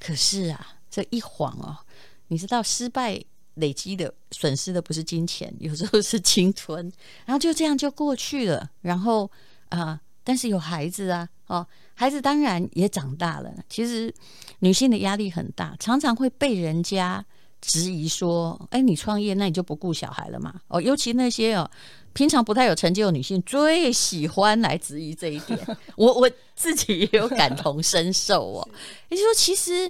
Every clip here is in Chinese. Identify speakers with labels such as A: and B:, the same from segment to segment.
A: 可是啊，这一晃哦，你知道失败累积的损失的不是金钱，有时候是青春，然后就这样就过去了。然后啊、但是有孩子啊，哦，孩子当然也长大了。其实女性的压力很大，常常会被人家质疑说：“哎，你创业，那你就不顾小孩了嘛？”哦，尤其那些哦。平常不太有成就的女性最喜欢来质疑这一点， 我我自己也有感同身受哦。也就是说，其实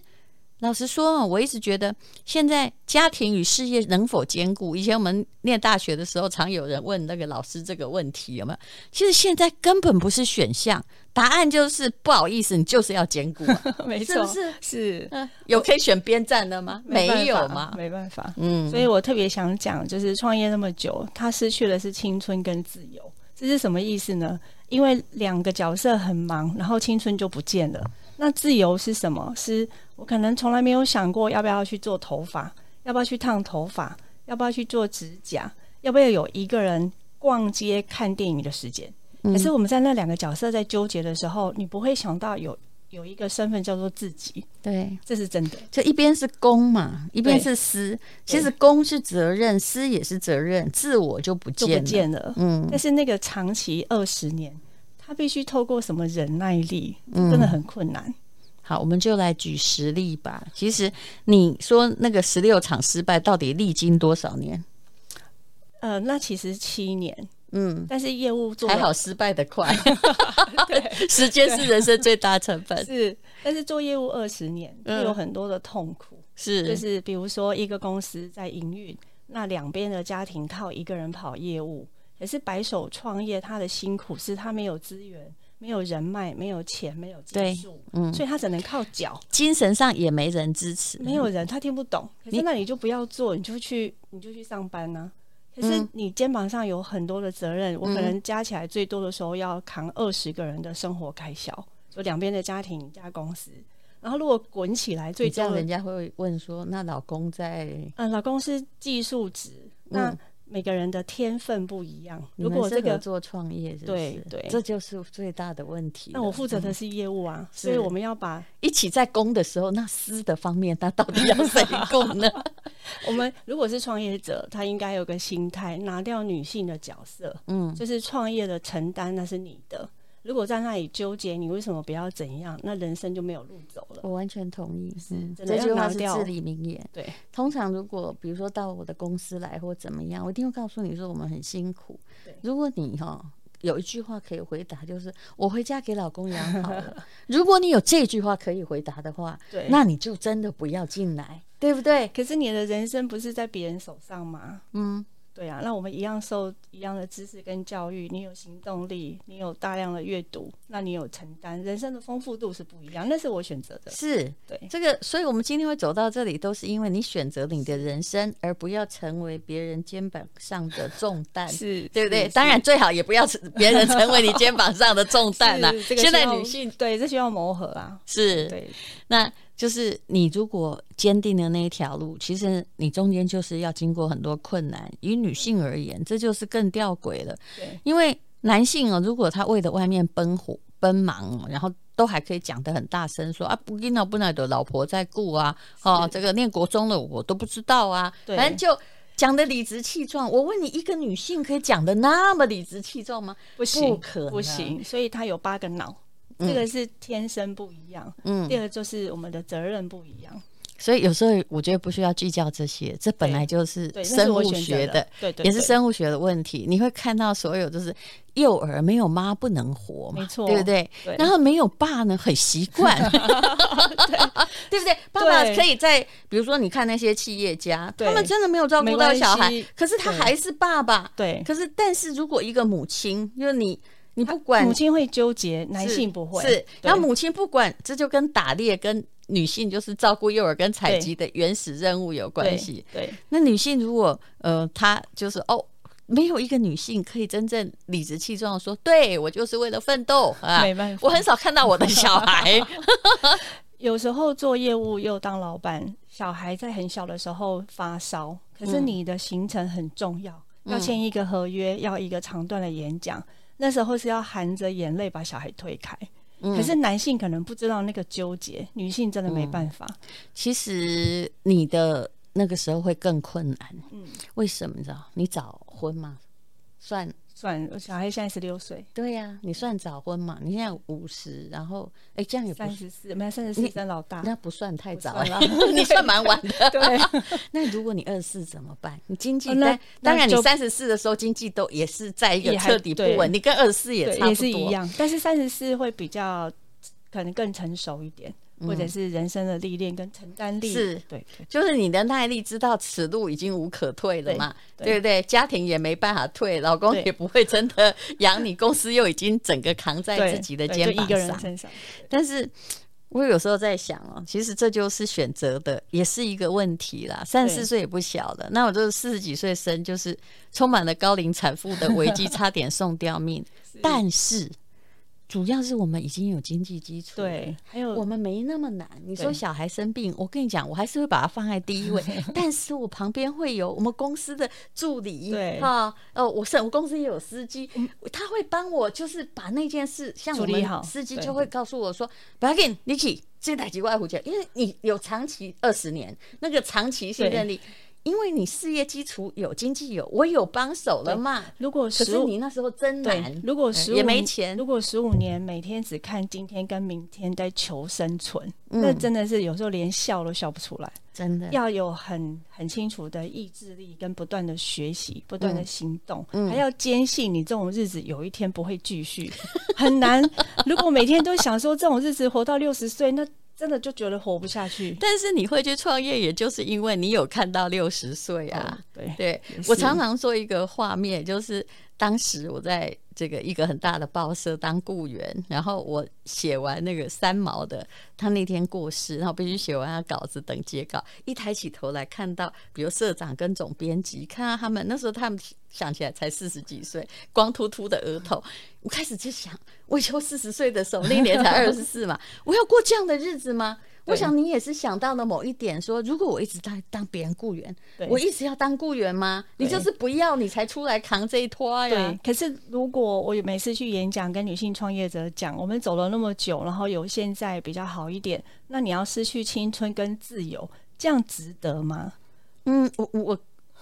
A: 老实说哦，我一直觉得现在家庭与事业能否兼顾？以前我们念大学的时候，常有人问那个老师这个问题，有没有？其实现在根本不是选项，答案就是不好意思，你就是要兼顾、 啊。
B: 没
A: 是
B: 错，
A: 不是
B: 是
A: 嗯，有可以选边站的吗？没有
B: 嘛，
A: 嘛。
B: 没办法。
A: 嗯
B: 所以我特别想讲，就是创业那么久，他失去的是青春跟自由，这是什么意思呢？因为两个角色很忙，然后青春就不见了。那自由是什么？是我可能从来没有想过要不要去做头发，要不要去烫头发，要不要去做指甲，要不要有一个人逛街看电影的时间。
A: 嗯
B: 可是我们在那两个角色在纠结的时候，你不会想到有有一个身份叫做自己，
A: 对，
B: 这是真的。
A: 就一边是公嘛，一边
B: 对
A: 是私。其实公是责任，私也是责任，自我就不
B: 就
A: 见
B: 不
A: 了。
B: 见了。
A: 嗯
B: 但是那个长期二十年，他必须透过什么忍耐力，
A: 嗯
B: 真的很困难。
A: 好，我们就来举实例吧。其实你说那个十六场失败，到底历经多少年？
B: 呃，那其实七年，
A: 嗯，
B: 但是业务做
A: 还好失败的 快， 时间是人生最大成本。
B: 是，但是做业务二十年，
A: 嗯，
B: 会有很多的痛苦，就是是比如说一个公司在营运，那两边的家庭靠一个人跑业务，可是白手创业，他的辛苦是他没有资源。没有人脉，没有钱，没有技
A: 对
B: 术，
A: 嗯
B: 所以他只能靠脚。
A: 精神上也没人支持，
B: 没有人，他听不懂。可
A: 你
B: 是那你就不要做，你就去，你就去上班呐、可是
A: 嗯
B: 你肩膀上有很多的责任，我可
A: 嗯
B: 能加起来最多的时候要扛二十个人的生活开销，就两边的家庭加公司。然后如果滚起来，最
A: 你这
B: 多
A: 样
B: 的
A: 人家会问说，那老公在
B: 嗯、老公是技术职，那
A: 嗯
B: 每个人的天分不一样。
A: 你
B: 如
A: 们
B: 果
A: 是
B: 这
A: 合
B: 个，
A: 作创业是不是，
B: 对对
A: 这就是最大的问题了。
B: 那我负责
A: 嗯
B: 的是业务啊，
A: 是
B: 所以我们要把
A: 一起在攻的时候，那私的方面，那到底要谁攻 呢？
B: 我们如果是创业者，他应该有个心态，拿掉女性的角色，
A: 嗯，
B: 就是创业的承担那是你的。如果在那里纠结你为什么不要怎样，那人生就没有路走了。
A: 我完全同意，嗯，
B: 真的
A: 这句
B: 要
A: 话
B: 拿
A: 是
B: 掉
A: 至理名言。
B: 对，
A: 通常如果比如说到我的公司来或怎么样，我一定会告诉你说我们很辛苦
B: 对。
A: 如果你哈、有一句话可以回答，就是我回家给老公养好 了。如果你有这句话可以回答的话，
B: 对
A: 那你就真的不要进来，对不对？
B: 可是你的人生不是在别人手上吗？
A: 嗯，
B: 对啊，那我们一样受一样的知识跟教育，你有行动力，你有大量的阅读，那你有承担，人生的丰富度是不一样，那是我选择的。
A: 是
B: 对，
A: 这个，所以我们今天会走到这里，都是因为你选择了你的人生，而不要成为别人肩膀上的重担。
B: 是
A: 对不对？当然最好也不要成别人成为你肩膀上的重担呐、啊
B: 是这个
A: 现在
B: 需要
A: 女性
B: 对这需要磨合啊。
A: 是
B: 对，
A: 那就是你如果坚定的那一条路，其实你中间就是要经过很多困难。以女性而言，这就是更吊诡了。
B: 对
A: 因为男性哦，如果他为了外面奔火奔忙哦，然后都还可以讲得很大声说啊，不跟到不奈的老婆在顾啊，哦，
B: 是
A: 这个念国中的我都不知道啊，
B: 对
A: 反正就讲得理直气壮。我问你，一个女性可以讲得那么理直气壮吗？
B: 不
A: 不
B: 行，
A: 可能，
B: 不，行，所以他有八个脑，
A: 嗯
B: 这个是天生不一样。
A: 嗯
B: 第，二就是我们的责任不一样，
A: 所以有时候我觉得不需要计较这些，这本来就是
B: 对，那是
A: 生
B: 我
A: 物
B: 选
A: 学
B: 择的，对对，
A: 也是
B: 对
A: 生物学的问题。你会看到所有就是幼儿没有妈不能活嘛，
B: 没错
A: 对不对？
B: 对
A: 然后没有爸呢，很习 惯， 对不对？爸爸
B: 对
A: 可以在，比如说你看那些企业家，
B: 对
A: 他们真的没有照顾到小
B: 没关
A: 孩
B: 系，
A: 可是他还是爸爸。
B: 对。
A: 可是，但是如果一个母亲，就是你，你不管
B: 母亲会纠结，男性不会。
A: 是，
B: 对
A: 然后母亲不管，这就跟打猎跟女性就是照顾幼儿跟采集的原始任务有关系。
B: 对，对
A: 那女性如果呃，她就是哦，没有一个女性可以真正理直气壮的说，对我就是为了奋斗啊。
B: 没办法
A: 我很少看到我的小 孩，
B: 有时候做业务又当老板，小孩在很小的时候发烧，可是
A: 嗯
B: 你的行程很重要，要
A: 嗯
B: 签一个合约，要一个长段的演讲，那时候是要含着眼泪把小孩推开。
A: 嗯
B: 可是男性可能不知道那个纠结，女性真的没办法。
A: 其实你的那个时候会更困难。
B: 嗯
A: 为什么？你知道？你早婚吗？算
B: 算了，小孩现在十六岁，
A: 对呀、你算早婚嘛？你现在五十，然后哎、这样也不
B: 三十四，没有三十四
A: 你
B: 真老 大。
A: 那不算太早、
B: 不算
A: 了，
B: 啦
A: 你算蛮晚的。
B: 对，
A: 那如果你二十四怎么办？你经济
B: 哦
A: 当、
B: 那那
A: 当然，你
B: 就
A: 三十四的时候经济都也是在一个
B: 也还
A: 彻底不稳，
B: 对
A: 你跟二十四也
B: 对，
A: 差不多
B: 也是一。样，但是三十四会比较可能更成熟一点，或者是人生的历练跟承担力。
A: 嗯是
B: 对对
A: 就是你的耐力知道此路已经无可退了嘛，
B: 对
A: 对不对？家庭也没办法退，老公
B: 对
A: 也不会真的养你，公司又已经整个扛在
B: 对，
A: 自己的
B: 对
A: 肩
B: 就
A: 膀
B: 一个人
A: 上。
B: 身上。
A: 但是我有时候在想哦，其实这就是选择的，也是一个问题啦。三十四岁也不小了，那我就是四十几岁生，就是充满了高龄产妇的危机，差点送掉 命。但是主要是我们已经有经济基础了，
B: 对，还有
A: 我们没那么难。你说
B: 对
A: 小孩生病，我跟你讲，我还是会把它放在第 一位，但是我旁边会有我们公司的助理，
B: 对
A: 啊，哦，我是我公司也有司机，他会帮我，就是把那件事，像我
B: 处理好
A: 们司机
B: 对
A: 就会告诉我说，不要紧，你去这台几外乎姐，因为你有长期二十年那个长期信任力。因为你事业基础有，经济有，我有帮手了嘛。
B: 如果
A: 可
B: 十
A: 是
B: 五
A: 你那时候真难
B: 对，，如果
A: 嗯
B: 十五
A: 也没钱
B: 如，果十五年每天只看今天跟明天在求生存，
A: 嗯
B: 那真的是有时候连笑都笑不出来。
A: 真的
B: 要有很很清楚的意志力，跟不断的学习，不断的行动，
A: 嗯
B: 还要坚信你这种日子有一天不会继续，很难。如果每天都想说这种日子活到六十岁，那真的就觉得活不下去。
A: 但是你会去创业，也就是因为你有看到六十岁啊。
B: 对
A: 对
B: 也是
A: 我常常说一个画面，就是当时我在这个一个很大的报社当雇员，然后我写完那个三毛的，他那天过世，然后必须写完他稿子等截稿，一抬起头来看到，比如社长跟总编辑，看到他们那时候他们想起来才四十几岁，光秃秃的额头，我开始就想，我以后四十岁的时候那年才二十四嘛，我要过这样的日子吗？我
B: 对
A: 想你也是想到了某一点说如果我一直在当别人雇员，
B: 对
A: 我一直要当雇员吗？你就是不要，你才出来扛这一拖呀
B: 对。，可是如果我有每次去演讲，跟女性创业者讲，我们走了那么久，然后有现在比较好一点，那你要失去青春跟自由，这样值得 吗？
A: 嗯，我我我，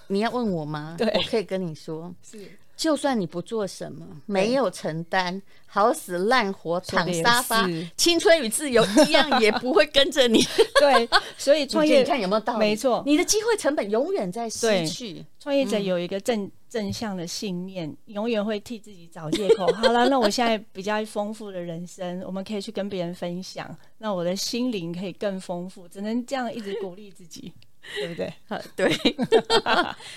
A: 你要问我吗？
B: 对
A: 我可以跟你说，
B: 是
A: 就算你不做什么，没有承担，好死烂活
B: 说
A: 躺
B: 得也
A: 沙发
B: 是，
A: 青春与自由一样也不会跟着 你。
B: 对，所以创业
A: 你看有没有道理？
B: 没错
A: 你的机会成本永远在失
B: 对
A: 去。
B: 创业者
A: 嗯
B: 有一个正、正向的信念，永远会替自己找借 口。好了，那我现在比较丰富的人生，我们可以去跟别人分享，那我的心灵可以更丰富，只能这样一直鼓励自己，对不对？
A: 啊，对。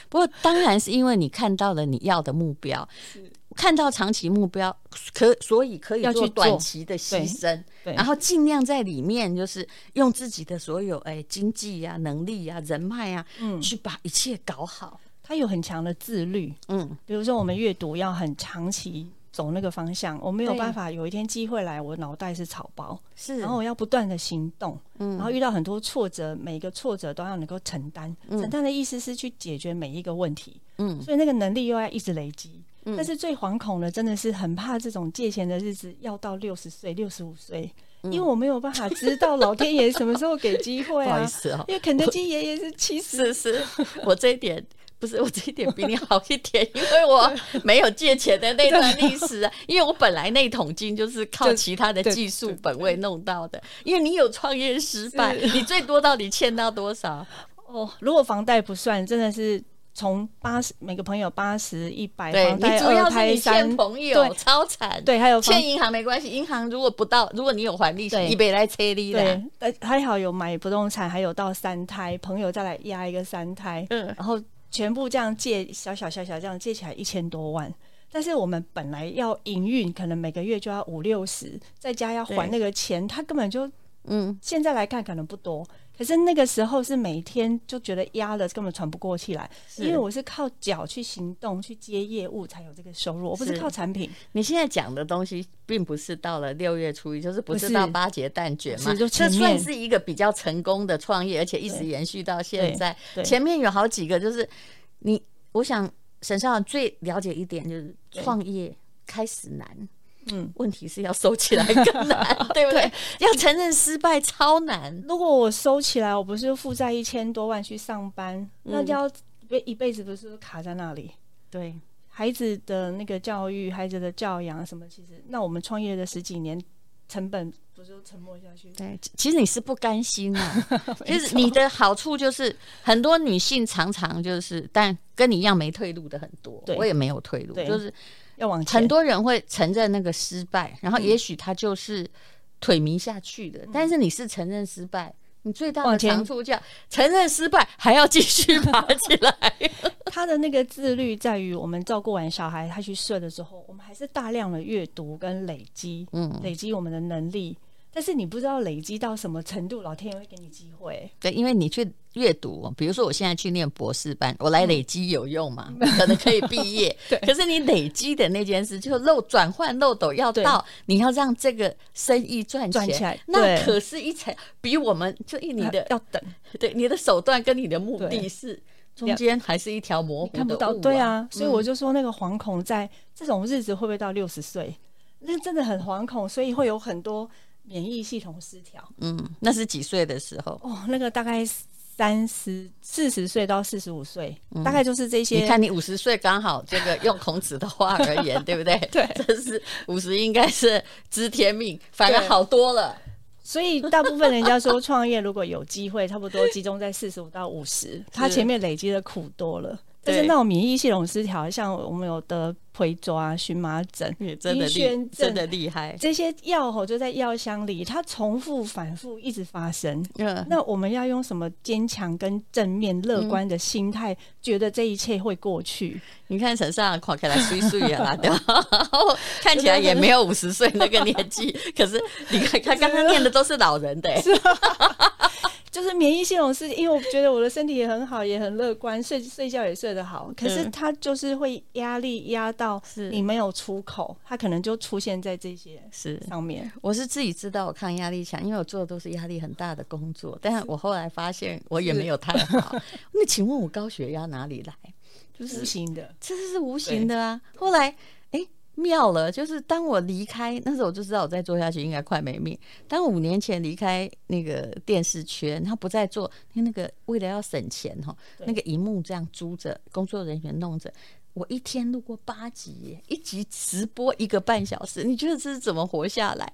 A: 不过当然是因为你看到了你要的目标，看到长期目标，可所以可以
B: 要去
A: 做
B: 做
A: 短期的牺牲，
B: 对
A: 然后尽量在里面就是用自己的所有哎经济啊、能力啊、人脉啊，
B: 嗯
A: 去把一切搞好。
B: 他有很强的自律，
A: 嗯，
B: 比如说我们阅读要很长期走那个方向，我没有
A: 对
B: 办法有一天机会来，我脑袋是草包，
A: 是，
B: 然后我要不断的行动，
A: 嗯，
B: 然后遇到很多挫折，每一个挫折都要能够承担。
A: 嗯
B: 承担的意思是去解决每一个问题，
A: 嗯
B: 所以那个能力又要一直累积。
A: 嗯
B: 但是最惶恐的真的是很怕这种借钱的日子要到六十岁、六十五岁，因为我没有办法知道老天爷什么时候给机会
A: 嗯不好
B: 啊
A: 意。思哦，
B: 因为肯德基爷爷是七十
A: 是是， 我这一点不是我这一点比你好一点，因为我没有借钱的那段历史啊，因为我本来那桶金就是靠
B: 就
A: 其他的
B: 对
A: 技术
B: 对
A: 本位弄到的，因为你有创业失 败，你最多到底欠到多少？
B: 哦，如果房贷不算，真的是从八十每个朋友八十一百，
A: 对
B: 房
A: 你
B: 贷
A: 主要
B: 二
A: 是
B: 胎
A: 你欠
B: 哎三，
A: 朋友，
B: 对
A: 超惨。，
B: 对，还有房
A: 欠银行没关系，银行如果不到，如果你有还利息，
B: 对
A: 你别来催你嗯了
B: 对。，呃，还好有买不动产，还有到三胎，朋友再来压一个三胎，
A: 嗯，
B: 然后全部这样借，小小小小这样借起来一千多万。但是我们本来要营运，可能每个月就要五六十，在家要还
A: 对
B: 那个钱，他根本就
A: 嗯，
B: 现在来看可能不多，可是那个时候是每天就觉得压了，根本喘不过气来。
A: 是
B: 因为我是靠脚去行动、去接业务才有这个收入，我不是
A: 是
B: 靠产品。
A: 你现在讲的东西，并不是到了六月初一，就是不
B: 不
A: 是
B: 是
A: 到八节蛋卷嘛
B: 是就？
A: 这
B: 前面
A: 算是一个比较成功的创业，而且一直
B: 对
A: 延续到现在。
B: 对对
A: 前面有好几个，就是你，我想沈少长最了解一点就是
B: 对
A: 创业开始难。
B: 嗯，
A: 问题是要收起来更 难，对不对？要承认失败超难。
B: 如果我收起来，我不是负债一千多万去上班，那就要一辈子不是卡在那里。
A: 对，
B: 孩子的那个教育、孩子的教养什么，其实那我们创业的十几年成本不就沉没下去？
A: 对，其实你是不甘心 啊。其实你的好处就是，很多女性常常就是，但跟你一样没退路的很多
B: 对，
A: 我也没有退路，
B: 对
A: 就是
B: 要往前
A: 很多人会承认那个失败，然后也许他就是腿迷下去的，但是你是承认失败。你最大的
B: 嗯往前
A: 长处叫承认失败，还要继续爬起来。
B: 他的那个自律在于，我们照顾完小孩，他去睡了之后，我们还是大量的阅读跟累积，
A: 嗯，
B: 累积我们的能力。但是你不知道累积到什么程度，老天爷会给你机会。
A: 对，因为你去阅读，哦比如说我现在去念博士班，我
B: 嗯
A: 来累积有用嘛？可能可以毕 业。可是你累积的那件事，就漏转换漏斗要到，你要让这个生意赚
B: 赚起
A: 钱
B: 来，
A: 那
B: 对
A: 可是一层比我们就以你的
B: 要等，
A: 对你的手段跟你的目的
B: 对
A: 是中间还是一条模糊的
B: 看不到。
A: 雾
B: 对，啊，所以
A: 嗯
B: 我就说那个惶恐在这种日子会不会到六十岁？那真的很惶恐，所以会有很多免疫系统失调。
A: 嗯，那是几岁的时候？
B: 哦，那个大概三十四十岁到四十五岁，大概就是这些。
A: 嗯你看，你五十岁刚好，这个用孔子的话而言， 对不对？
B: 对
A: 这是五十应该是知天命，反而
B: 对
A: 好多了。
B: 所以大部分人家说创业如果有机会，差不多集中在四十五到五十，他前面累积的苦多了。但是
A: 对
B: 那种免疫系统失调，像我们有得蛔抓、啊、荨麻疹
A: 也真的
B: 晕
A: 厉，
B: 眩
A: 真
B: 症
A: 的厉害。
B: 这些药吼，就在药箱里，它重复反复一直发生。
A: 嗯，
B: 那我们要用什么坚强跟正面乐观的心态，觉得这一切会过去？
A: 你看沈尚看起来碎碎也拉掉，然后看起来也没有五十岁那个年纪，可是你看他刚刚念的都是老人的、欸，
B: 就是免疫系统是因为我觉得我的身体也很好，也很乐观，睡睡觉也睡得好，可是
A: 嗯
B: 它就是会压力压到
A: 是
B: 你没有出口，它可能就出现在这些
A: 是
B: 上面。
A: 我是自己知道我抗压力强，因为我做的都是压力很大的工作，但我后来发现我也没有太好。那请问我高血压哪里来？就是
B: 无形的，
A: 这是无形的啊。后来哎、诶妙了，就是当我离开那时候，我就知道我再做下去应该快没命。当我五年前离开那个电视圈，然后不再做，因为那个为了要省钱哈，
B: 对
A: 那个荧幕这样租着，工作人员弄着。我一天录过八集耶，一集直播一个半小时，你觉得这是怎么活下来？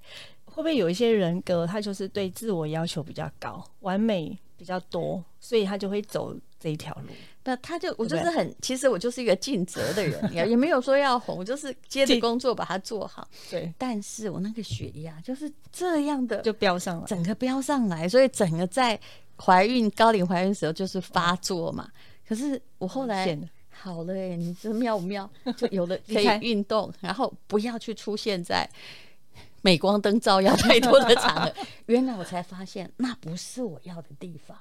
B: 会不会有一些人格，他就是对自我要求比较高，完美比较多，所以他就会走这一条路。
A: 那他就我就
B: 对不对
A: 是很，其实我就是一个尽责的人， 也也没有说要红，我就是接着
B: 尽
A: 工作把它做好。
B: 对，
A: 但是我那个血压就是这样的，
B: 就飙上了。
A: 整个飙上来，所以整个在怀孕高龄怀孕的时候就是发作嘛。可是我后来
B: 现了
A: 好了、欸，你这妙不妙？就有 的可
B: 你
A: 以
B: 看
A: 运动，然后不要去出现在镁光灯照耀太多的场 合。原来我才发现那不是我要的地方。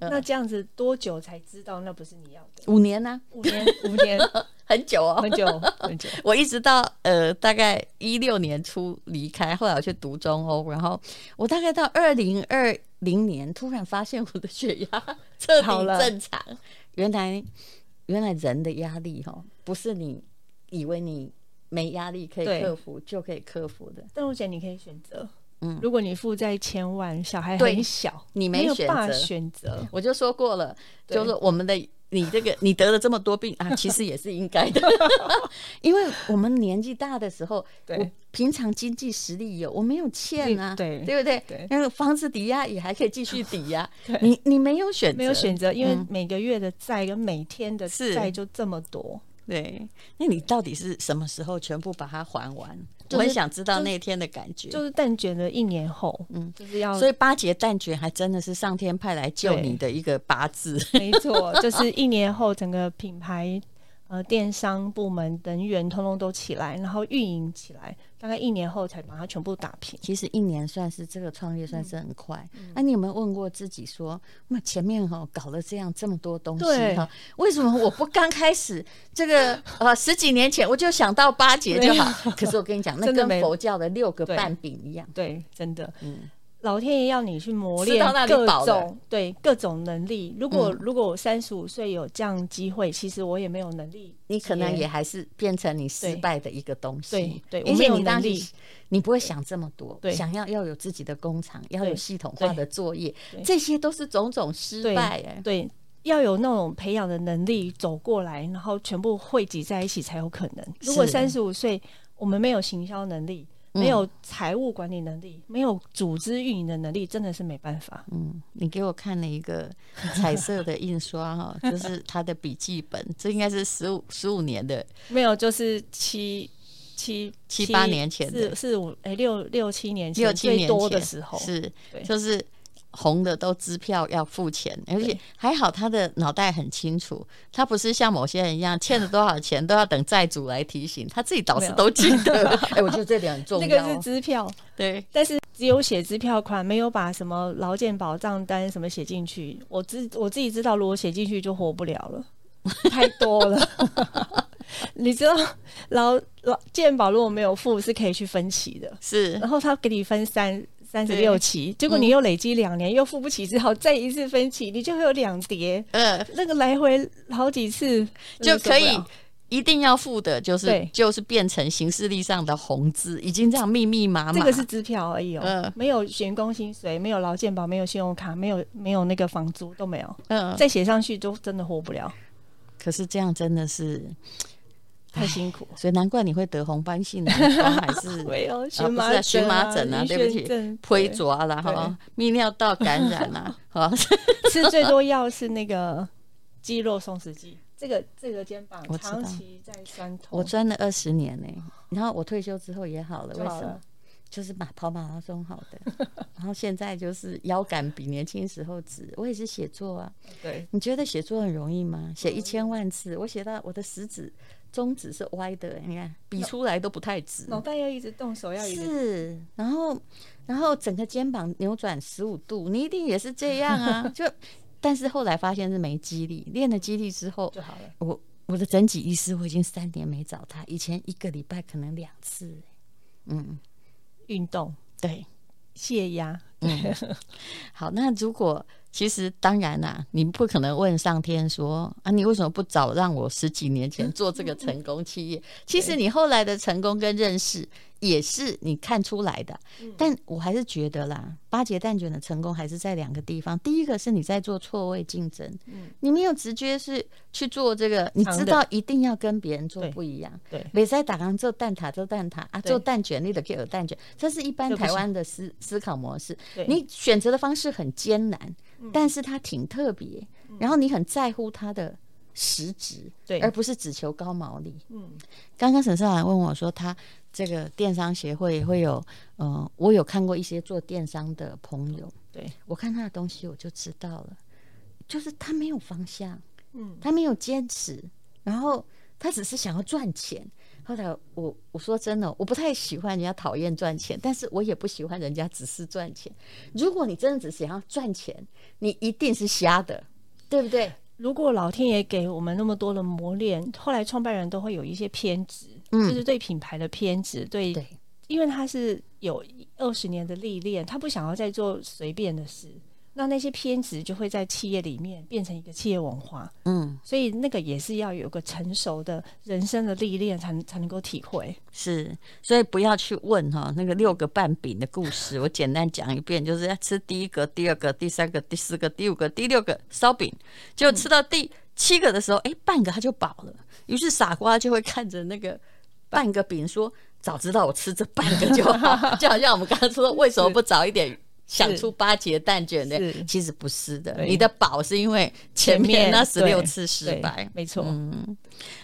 B: 那这样子多久才知道那不是你要的？
A: 五年呢、
B: 五年，五年，
A: 很很久哦，
B: 很久很久，
A: 我一直到呃大概一六年初离开，后来我去读中欧，然后我大概到二零二零年突然发现我的血压彻
B: 好
A: 底
B: 了
A: 正常。原来原来人的压力哈、哦，不是你以为你没压力可以
B: 对
A: 克服就可以克服的，
B: 但我觉得你可以选择，
A: 嗯
B: 嗯，如果你负债千万，小孩
A: 对
B: 很小，
A: 你
B: 没
A: 没
B: 有
A: 选
B: 办法
A: 择。
B: 选择，
A: 我就说过了，
B: 对
A: 就是我们的你这个你得了这么多病啊，其实也是应该的， 因为我们年纪大的时候，
B: 对
A: 我平常经济实力有，我没有欠啊，
B: 对
A: 对不对？
B: 对
A: 那个房子抵押也还可以继续抵 押，你你没有选择，
B: 没有选择，因为
A: 嗯
B: 每个月的债跟每天的
A: 是
B: 债就这么多，
A: 对，那你到底是什么时候全部把它还完？
B: 就是
A: 我很想知道
B: 就是
A: 那天的感觉。
B: 就是但觉得一年后，嗯，就是要
A: 所以八节蛋卷还真的是上天派来救
B: 对
A: 你的一个八字，
B: 没错， 就是一年后整个品牌呃电商部门人员通通都起来，然后运营起来，大概一年后才把它全部打平。
A: 其实一年算是这个创业算是很快。
B: 嗯
A: 那、你有没有问过自己说，那前面哈、搞了这样这么多东西
B: 对
A: 哈、为什么我不刚开始这个呃十几年前我就想到八节就好？可是我跟你讲，那
B: 真的
A: 跟
B: 没
A: 佛教的六个
B: 对
A: 半饼一样，
B: 对，真的，
A: 嗯
B: 老天爷要你去磨
A: 吃
B: 练
A: 到那里
B: 各
A: 饱了
B: 种对各种能力。如果、
A: 嗯
B: 如果我三十五岁有这样机会，其实我也没有能力。
A: 你可能也还是变成你失败的一个东西。
B: 对对
A: 因
B: 我没
A: 为
B: 有
A: 你当
B: 能
A: 时
B: 力
A: 你不会想这么多，
B: 对
A: 想要要有自己的工厂，要有
B: 对
A: 系统化的作业
B: 对，
A: 这些都是种种失
B: 对
A: 败、哎，
B: 对，要有那种培养的能力走过来，然后全部汇集在一起才有可能。如果
A: 是嗯
B: 三十五岁我们没有行销能力，没有财务管理能力，没有组织运营的能力，真的是没办法。
A: 嗯，你给我看了一 个彩色的印刷哈、就是他的笔记本， 这应该是十五十五年的，
B: 没有，就是七七
A: 七八年前的
B: 四四五哎六六七年前
A: 六七年
B: 最多的
A: 前
B: 时候，
A: 是
B: 对
A: 就是红的都支票要付钱，而且
B: 对
A: 还好他的脑袋很清楚，他不是像某些人一样欠了多少钱都要等债主来提醒，他自己倒
B: 没
A: 是
B: 有
A: 都记 得。哎、我觉得这点很重
B: 那
A: 要、
B: 个是支票，
A: 对，
B: 但是只有写支票款，没有把什么劳健保账单什么写进去。我自我自己知道，如果写进去就活不了了，太多了。 你知道劳劳健保如果没有付是可以去分期的，
A: 是
B: 然后他给你分三三十
A: 嗯对嗯
B: 六期，结果你又累积两年、又付不起，只好再一次分期，你就会有两叠，
A: 呃，
B: 那个来回好几次
A: 就可以
B: 真的受不了
A: 一定要付的就是
B: 对
A: 就是变成行事历上的红字，已经这样密密麻麻。
B: 这个是支票而已哦，
A: 啊嗯
B: 没有员工薪水，没有劳健保，没有信用卡，没有没有那个房租都没有。
A: 嗯、
B: 再写上去都真的活不了，
A: 可是这样真的是，
B: 太辛苦。
A: 所以难怪你会得红斑性狼疮，还是
B: 没有
A: 啊
B: 哦荨
A: 不是
B: 麻
A: 啊荨麻疹啊，
B: 啊，
A: 对不起，推
B: 推
A: 抓啦哈，泌尿道感染啦，哈，
B: 吃最多药是那个肌肉松弛剂，这个这个肩膀
A: 我知道
B: 长期在酸痛。
A: 我钻了二十年呢、然后我退休之后也好了，为
B: 就好
A: 什么
B: 了？
A: 就是马跑马拉松好的，然后现在就是腰杆比年轻时候直。我也是写作啊，
B: 对
A: 你觉得写作很容易吗？写一千万字，我写到我的食指、中指是歪的、你看比出来都不太直。
B: 脑袋要一直动，手要一直
A: 是，然后然后整个肩膀扭转十五度，你一定也是这样啊。就但是后来发现是没肌力，练了肌力之后，
B: 就好了。
A: 我我的整脊医师我已经三年没找他，以前一个礼拜可能两次。嗯，
B: 运动
A: 对，
B: 泄压，
A: 好，那如果其实当然啦、你不可能问上天说啊，你为什么不早让我十几年前做这个成功企业？其实你后来的成功跟认识也是你看出来的，
B: 嗯
A: 但我还是觉得啦，八节蛋卷的成功还是在两个地方，第一个是你在做错位竞争，你没有直接是去做这个，你
B: 长
A: 知
B: 嗯的
A: 道一定要跟别人做
B: 对
A: 不一样。
B: 对
A: 袂使打工做蛋挞做蛋挞啊，
B: 对
A: 做蛋卷你得给有蛋卷，这是一般
B: 这不行
A: 台湾的思思考模式
B: 对。嗯
A: 你选择的方式很艰难，但是它挺特别，然后你很在乎它的实质，
B: 对
A: 而不是只求高毛利。
B: 嗯，
A: 刚刚沈社长问我说，他这个电商协会会有，呃，我有看过一些做电商的朋友，
B: 对，
A: 我看他的东西我就知道了，就是他没有方向，
B: 嗯，
A: 他没有坚持，然后他只是想要赚钱。后来我我说真的，我不太喜欢人家讨厌赚钱，但是我也不喜欢人家只是赚钱。如果你真的只想要赚钱，你一定是瞎的，对不对？
B: 如果老天爷给我们那么多的磨练，后来创办人都会有一些偏执，就
A: 嗯，
B: 是对品牌的偏执，对，
A: 对，
B: 因为他是有二十年的历练，他不想要再做随便的事。那那些偏执就会在企业里面变成一个企业文化，
A: 嗯，
B: 所以那个也是要有个成熟的人生的历练才能才能够体会。
A: 是，所以不要去问哈、那个六个半饼的故事，我简单讲一遍，就是要吃第一个、第二个、第三个、第四个、第五个、第六个烧饼，结果吃到第七个的时候，哎、半个他就饱了，于是傻瓜就会看着那个半个饼说：“早知道我吃这半个就 好。”就好像我们刚刚说，为什么不早一点？想出八节蛋卷的
B: 是，
A: 其实不是的，
B: 对
A: 你的饱是因为前面那十六次失
B: 对
A: 败。
B: 没错，
A: 嗯，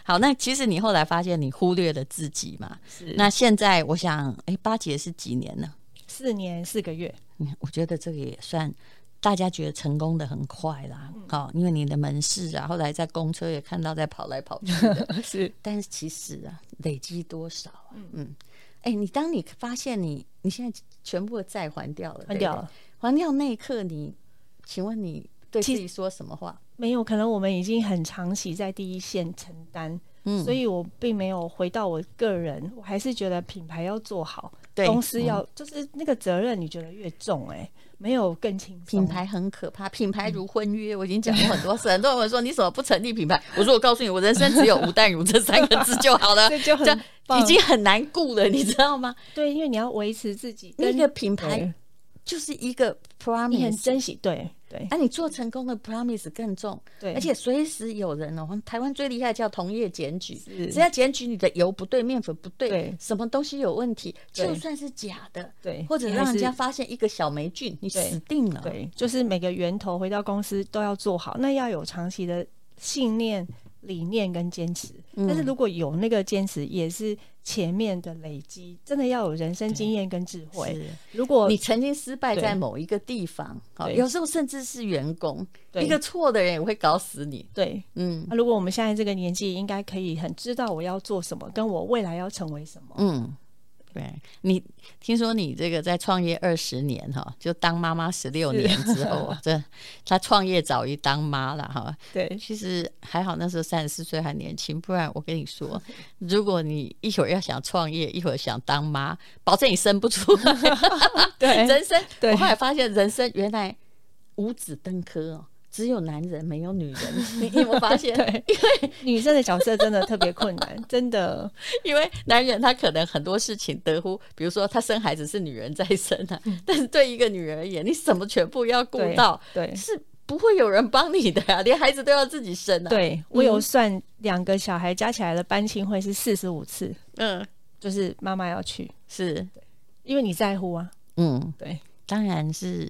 A: 好，那其实你后来发现你忽略了自己嘛？
B: 是
A: 那现在我想，哎，八姐是几年呢？
B: 四年四 个月，
A: 嗯我觉得这个也算。大家觉得成功的很快啦，
B: 嗯
A: 好、因为你的门市啊，后来在公车也看到在跑来跑去的，
B: 是
A: 但是其实啊，累积多少啊，嗯，哎、你当你发现你你现在全部的债还掉了，
B: 关掉
A: 对
B: 了。
A: 不对，还掉那一刻你，请问你对自
B: 其
A: 己说什么话？
B: 没有，可能我们已经很长期在第一线承担，
A: 嗯
B: 所以我并没有回到我个人，我还是觉得品牌要做好，
A: 对嗯
B: 公司要、就是那个责任，你觉得越重哎、没有更轻松。
A: 品牌很可怕，品
B: 嗯
A: 牌如婚约，我已经讲过很多次。很多人说你怎么不成立品牌？ 我说我告诉你，我人生只有吴淡如这三个字就好了，
B: 这就很棒
A: 已经很难顾了，你知道吗？
B: 对，因为你要维持自己
A: 那
B: 跟
A: 个品牌
B: 对
A: 就是一个
B: 你很
A: promise，啊
B: 珍惜，对对
A: 那、你做成功的 promise 更重，
B: 对，
A: 而且随时有人哦，台湾最厉害叫同业检举，
B: 是
A: 只要检举你的油不对、面粉不对，
B: 对
A: 什么东西有问题，
B: 对
A: 就算是假的，
B: 对
A: 或者
B: 你
A: 让
B: 还
A: 人
B: 是
A: 家发现一个小霉菌，你
B: 对
A: 死定了。
B: 对，就是每个源头回到公司都要做好，那要有长期的信念、理念跟坚持。但
A: 嗯
B: 是如果有那个坚持，也是前面的累积，真的要有人生经验跟智慧。
A: 是
B: 如果
A: 你曾经失败
B: 哦对
A: 在某一个地方，好，
B: 对
A: 有时候甚至是员工，
B: 对
A: 一个错的人也会搞死你。
B: 对，啊
A: 嗯
B: 那如果我们现在这个年纪，应该可以很知道我要做什么，跟我未来要成为什么。
A: 嗯，对你听说你这个在创业二十年哈，就当妈妈十六年之后 啊，这她创业早于当妈了哈。
B: 对，
A: 其实还好那时候三十四岁还年轻，不然我跟你 说，如果你一会儿要想创业，一会儿想当妈，保证你生不出来。
B: 对
A: 人生，
B: 对
A: 我后来发现人生原来五子登科哦，只有男人没有女 人，你你有没有发现？
B: 女生的角色真的特别困难，真的
A: 因为男人他可能很多事情得乎，比如说他生孩子是女人在生啊，但是对一个女人而言，你什么全部要顾
B: 嗯对
A: 到，
B: 对。
A: 是不会有人帮你的啊，连孩子都要自己生啊。，
B: 对我有算两个小孩加起来的班亲会是四十五次，
A: 嗯，
B: 就是妈妈要去，
A: 是，
B: 因为你在乎啊。
A: 嗯，
B: 对，
A: 当然是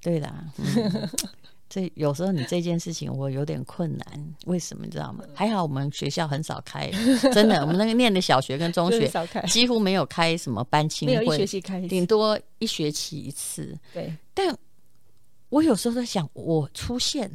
A: 对啦。嗯 这有时候你这件事情我有点困难，为什么你知道吗？
B: 嗯
A: 还好我们学校很少开，真的，我们那个念的小学跟中
B: 就是
A: 学
B: 少开，
A: 几乎没有开什么班亲
B: 没有一学
A: 会，
B: 期开一
A: 顶
B: 次。
A: 多一学期一次。
B: 对
A: 但我有时候在想，我出现，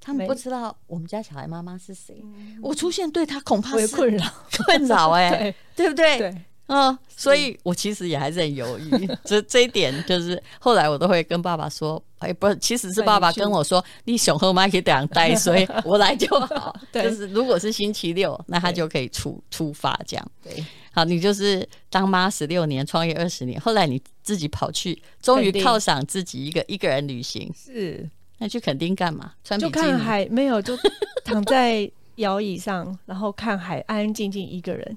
A: 他们
B: 没
A: 不知道我们家小孩妈妈是谁，我出现对他恐怕
B: 我有
A: 是
B: 困扰，
A: 困扰哎、
B: 对
A: 对不对？
B: 对
A: 嗯，所以我其实也还是很犹豫， 这这一点就是后来我都会跟爸爸说，哎，不，其实是爸爸跟我说，你熊和妈可以两代，所以我来就好。
B: 对
A: 就是如果是星期六，那他
B: 对
A: 就可以出出发这样。
B: 对，
A: 好，你就是当妈十六年，创业二十年，后来你自己跑去，终于
B: 肯定
A: 犒赏自己一个一个人旅行，
B: 是
A: 那去垦丁干嘛？穿比
B: 就
A: 基
B: 看
A: 尼。
B: 海，没有就躺在摇椅上，然后看海，安安静静一个人。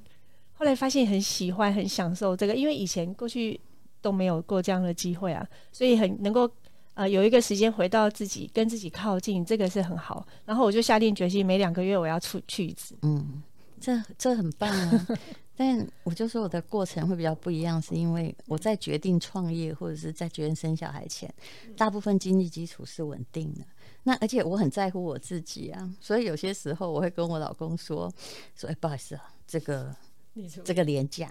B: 后来发现很喜欢，很享受这个，因为以前过去都没有过这样的机会啊，所以很能够呃有一个时间回到自己，跟自己靠近，这个是很好。然后我就下定决心，每两个月我要出去一次。
A: 嗯，这这很棒 啊！但我就说我的过程会比较不一样，是因为我在决定创业或者是在决定生小孩前，
B: 嗯
A: 大部分经济基础是稳定的。那而且我很在乎我自己啊，所以有些时候我会跟我老公说说，哎、不好意思啊，这个这个廉 价，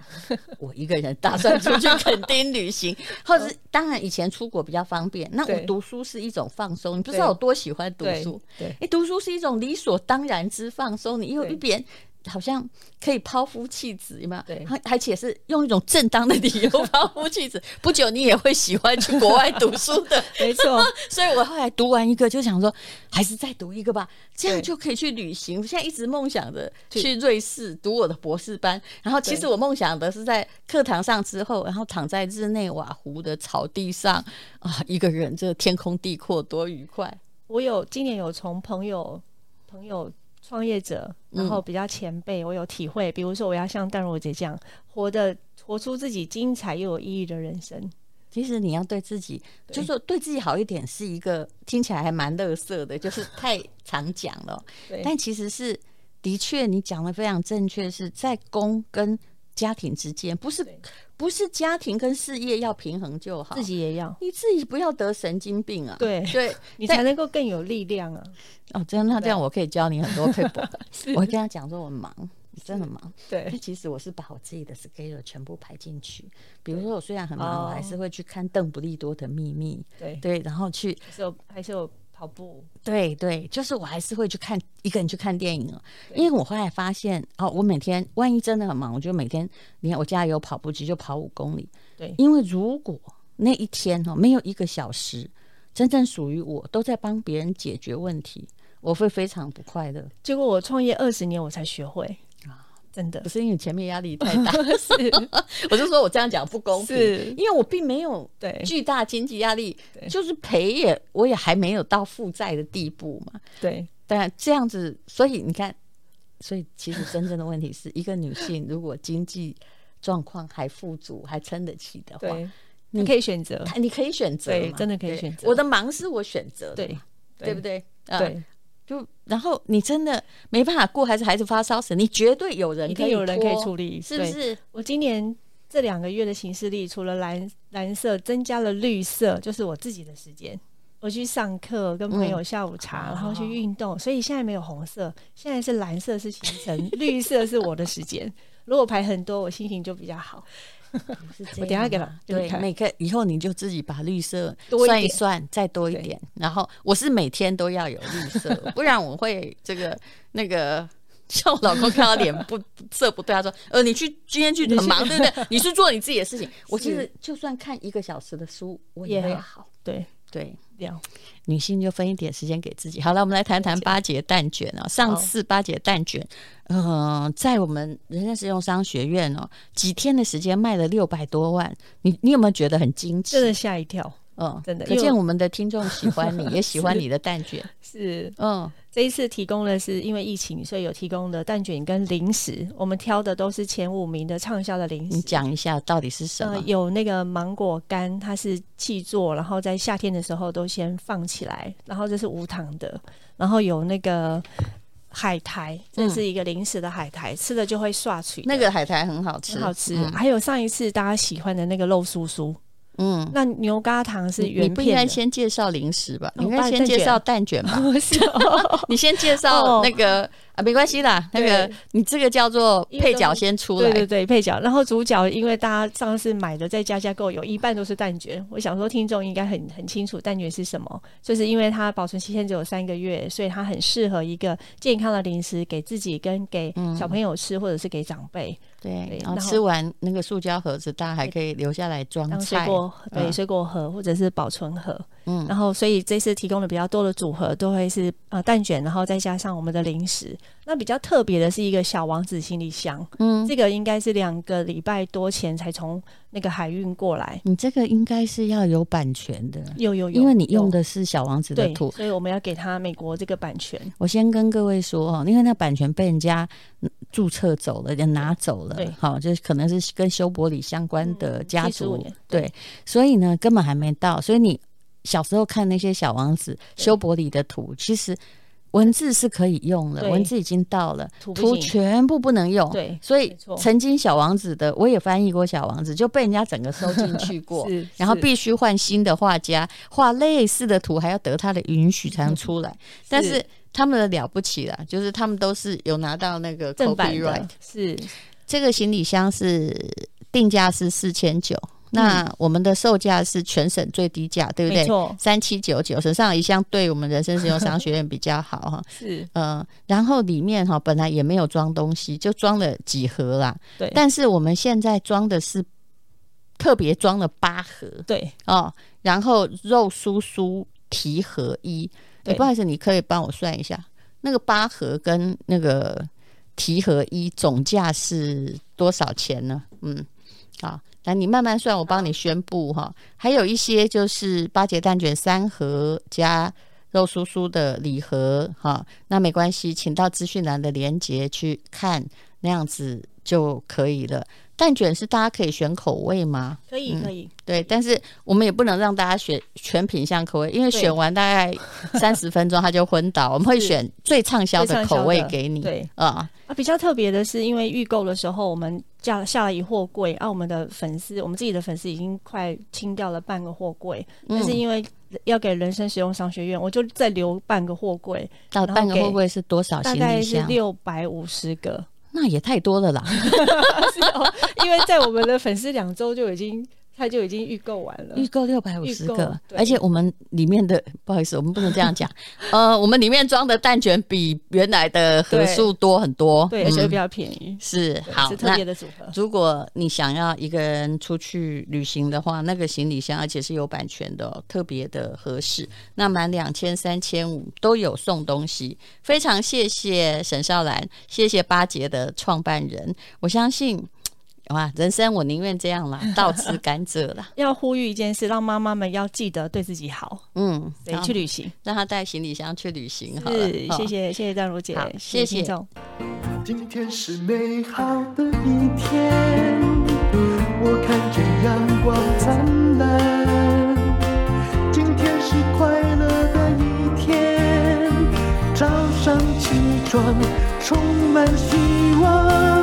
A: 我一个人打算出去垦丁旅行，或者是当然以前出国比较方便。那我
B: 对
A: 读书是一种放松，你不知
B: 对
A: 道我多喜欢读
B: 对
A: 书。
B: 对
A: 哎，读书是一种理所当然之放松，你又
B: 对
A: 一边好像可以抛夫弃子嘛，
C: 对
A: 还而且是用一种正当的理由 抛夫弃子。不久你也会喜欢去国外读书的，
B: 没错，
A: 所以我后来读完一个就想说，还是再读一个吧，这样
B: 对
A: 就可以去旅行。我现在一直梦想着
B: 去
A: 去瑞士读我的博士班，然后其实
B: 对
A: 我梦想的是在课堂上之后，然后躺在日内瓦湖的草地上啊，一个人这天空地阔多愉快。
B: 我有今年有从朋友、朋友创业者，然
A: 嗯
B: 后比较前辈，我有体会，比如说我要像淡如姐这样，活的活出自己精彩又有意义的人生。
A: 其实你要对自己，
C: 对
A: 就是说对自己好一点，是一个听起来还蛮乐色的，就是太常讲了。
B: 对
A: 但其实是的确，你讲的非常正确，是在公跟家庭之间，不是
B: 对
A: 不是家庭跟事业要平衡就好。
B: 自己也要，
A: 你自己不要得神经病啊！
B: 对
A: 对，
B: 你
A: 在
B: 才能够更有力量啊！
A: 哦，真的那这样我可以教你很多 paper，
B: 是
A: 我会跟他讲说我忙，真的忙。
B: 对
A: 但其实我是把我自己的 schedule 全部排进去。比如说，我虽然很
B: 哦
A: 忙，我还是会去看邓布利多的秘密，
B: 对，
A: 对，然后去
B: 还是有还是有跑步，
A: 对对，就是我还是会去看一个人去看电影了，
B: 对
A: 因为我后来发现哦，我每天万一真的很忙，我就每天你看我家有跑步机，就跑五公里。
B: 对
A: 因为如果那一天哦没有一个小时真正属于我，都在帮别人解决问题，我会非常不快乐。
B: 结果我创业二十年，我才学会啊，真的
A: 不是因为前面压力太 大，我就说我这样讲不公平，
B: 是
A: 因为我并没有
B: 对
A: 巨大经济压力
B: 对，
A: 就是赔也我也还没有到负债的地步嘛。
B: 对
A: 但啊这样子，所以你看，所以其实真正的问题是一个女性如果经济状况还富足、还撑得起的话，
B: 对，你可以选择，
A: 她你可以选择嘛，
B: 对真的可以
A: 对
B: 选择
A: 我的忙是我选择的
B: 对
A: 嘛，对不？对？啊
B: 对，
A: 就然后你真的没办法顾，还是孩子发烧时，你绝对有人
B: 一
A: 可
B: 定
A: 以
B: 有人可以
A: 托
B: 处理，
A: 是不
B: 对
A: 是？
B: 我今年这两个月的行事历，除了蓝蓝色，增加了绿色，就是我自己的时间。我去上课，跟朋友下午茶，然后去运动，所以现在没有红色，现在是蓝色是行程，绿色是我的时间。如果排很多，我心情就比较好。
A: 是这
B: 我等一下
A: 样
B: 给
A: 嘛
B: 他给你
A: 对
B: 看
A: 每个以后你就自己把绿色
B: 多一
A: 算一
B: 点
A: 算，再多一
B: 对
A: 点。然后我是每天都要有绿 色，不然我会这个那个。像我老公看到脸不不色不对，他说：“呃，你去今天去很忙，对不对？你去做你自己的事情。”我其实就算看一个小时的书，我也
B: 也
A: 会
B: 好
A: 好。
B: 对，
A: 对，
B: 这样
A: 女性就分一点时间给自己。好了，我们来谈谈八节蛋卷哦。上次八节蛋卷，嗯、在我们人生实用商学院哦，几天的时间卖了六百多万，你你有没有觉得很惊
B: 真的
A: 奇？
B: 吓一跳。
A: 嗯，
B: 真的
A: 可
B: 因为
A: 见
B: 我
A: 我们的听众喜欢 你，也喜欢你的蛋卷。
B: 是
A: 嗯，
B: 这一次提供的是因为疫情，所以有提供的蛋卷跟零食，我们挑的都是前五名的畅销的零食。
A: 你讲一下到底是什么？
B: 呃，有那个芒果干，它是气做，然后在夏天的时候都先放起来，然后这是无糖的，然后有那个海苔，这是一个零食的海苔，吃了就会刷嘴，
A: 嗯那个海苔很好吃，
B: 很好吃。啊
A: 嗯
B: 还有上一次大家喜欢的那个肉酥酥，
A: 嗯，
B: 那牛轧糖是
A: 你你
B: 原
A: 不应该
B: 片的。
A: 先介绍零食吧？你
B: 哦
A: 应该先介绍蛋卷吧？
B: 不是哦
A: 你先介绍
B: 啊哦
A: 那个、啊，没关系啦，那个
B: 对
A: 你这个叫做
B: 因为
A: 配
B: 都
A: 角先出来，
B: 对对对，配角。然后主角，因为大家上次买的在家家购有一半都是蛋卷，我想说听众应该很很清楚蛋卷是什么，就是因为它保存期限只有三个月，所以它很适合一个健康的零食给自己跟给
A: 嗯
B: 小朋友吃，或者是给长辈
A: 对
B: 对，
A: 然后
B: 然后
A: 吃完那个塑胶盒子，大家还可以留下来装
B: 当水
A: 菜。
B: 果对
A: 嗯
B: 水果盒或者是保存盒。
A: 嗯
B: 然后所以这次提供的比较多的组合都会是呃蛋卷，然后再加上我们的零食。那比较特别的是一个小王子行李箱，
A: 嗯，
B: 这个应该是两个礼拜多前才从那个海运过来。
A: 你这个应该是要有版权的，
B: 有有有，
A: 因为你用
B: 有
A: 的是小王子的
B: 对，
A: 图。
B: 所以我们要给他美国这个版权。
A: 我先跟各位说哦，因为那版权被人家嗯注册走了，人拿走了
B: 对，
A: 好，就是可能是跟修伯里相关的
B: 嗯
A: 家
B: 75
A: 族
B: 年，
A: 对，所以呢根本还没到，所以你小时候看那些小王子、
B: 对
A: 修伯里的图，其实文字是可以用了，
B: 对
A: 文字已经到了，
B: 图不
A: 图
B: 行
A: 全部不能用，
B: 对
A: 所以
B: 没错
A: 曾经小王子的，我也翻译过小王子，就被人家整个收进去过，
B: 是
A: 然后
B: 是
A: 必须换新的画家画类似的图，还要得他的允许才能出
B: 嗯
A: 来。但是他们的了不起啦，就是他们都是有拿到那个
B: 正版
A: copyright
B: 的。是
A: 这个行李箱是定价是四千九，
B: 嗯
A: 那我们的售价是全省最低价，对不
B: 没
A: 对？
B: 错，
A: 三七九九，省上一项对我们人生实用商学院比较好哈。
B: 是
A: 呃，然后里面哈本来也没有装东西，就装了几盒啦。
B: 对，
A: 但是我们现在装的是特别装了八盒
B: 对
A: 哦，然后肉酥酥提合一。
B: 对
A: 哎不好意思，你可以帮我算一下，那个八盒跟那个提合一总价是多少钱呢？嗯，好，来你慢慢算，我帮你宣布哈。还有一些就是八节蛋卷三盒加。肉酥酥的礼盒哈，那没关系，请到资讯栏的链接去看，那样子就可以了。蛋卷是大家可以选口味吗？
B: 可以可以，
A: 对，但是我们也不能让大家选全品相口味，因为
B: 对
A: 选完大 概三十分钟他就昏倒。我们会
B: 是
A: 选最畅销
B: 最
A: 的
B: 畅销
A: 口味
B: 的
A: 给你。
B: 对
A: 啊，
B: 啊，比较特别的是，因为预购的时候，我们架下了一货柜，啊，我们的粉丝，我们自己的粉丝已经快清掉了半个货柜，但是
A: 嗯，
B: 因为要给人生实用商学院，我就再留半个货柜，
A: 到
B: 然后
A: 半个
B: 给
A: 会不会是多少
B: 大
A: 行
B: 概
A: 李
B: 是
A: 箱？
B: 六百五十个，
A: 那也太多了啦。
B: 因为在我们的粉丝两周就已经，他就已经预购完了
A: 预。购六百五十
B: 预购
A: 个，
B: 对
A: 而且我们里面的不好意思，我们不能这样 讲。呃，我们里面装的蛋卷比原来的盒
B: 对
A: 数多很多，
B: 对，而
A: 嗯
B: 且会比较便宜，
A: 是
B: 对
A: 好
B: 是特
A: 那
B: 别的组合。
A: 如果你想要一个人出去旅行的话，那个行李箱而且是有版权的、哦，特别的合适。那满两千、三千五都有送东西，非常谢谢沈少兰，谢谢八节的创办人。我相信，哇，人生我宁愿这 样啦，到此甘蔗啦。
B: 要呼吁一件事，让妈妈们要记得对自己好，
A: 嗯，
B: 对，
A: 好
B: 去旅行。
A: 让他带行李箱去旅行好了。
B: 是，
A: 哦
B: 谢。谢谢谢张如姐
A: 好，谢谢
B: 听众。
D: 今天是美好的一天，我看见阳光灿烂。今天是快乐的一天，早上起床充满希望。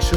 D: 吃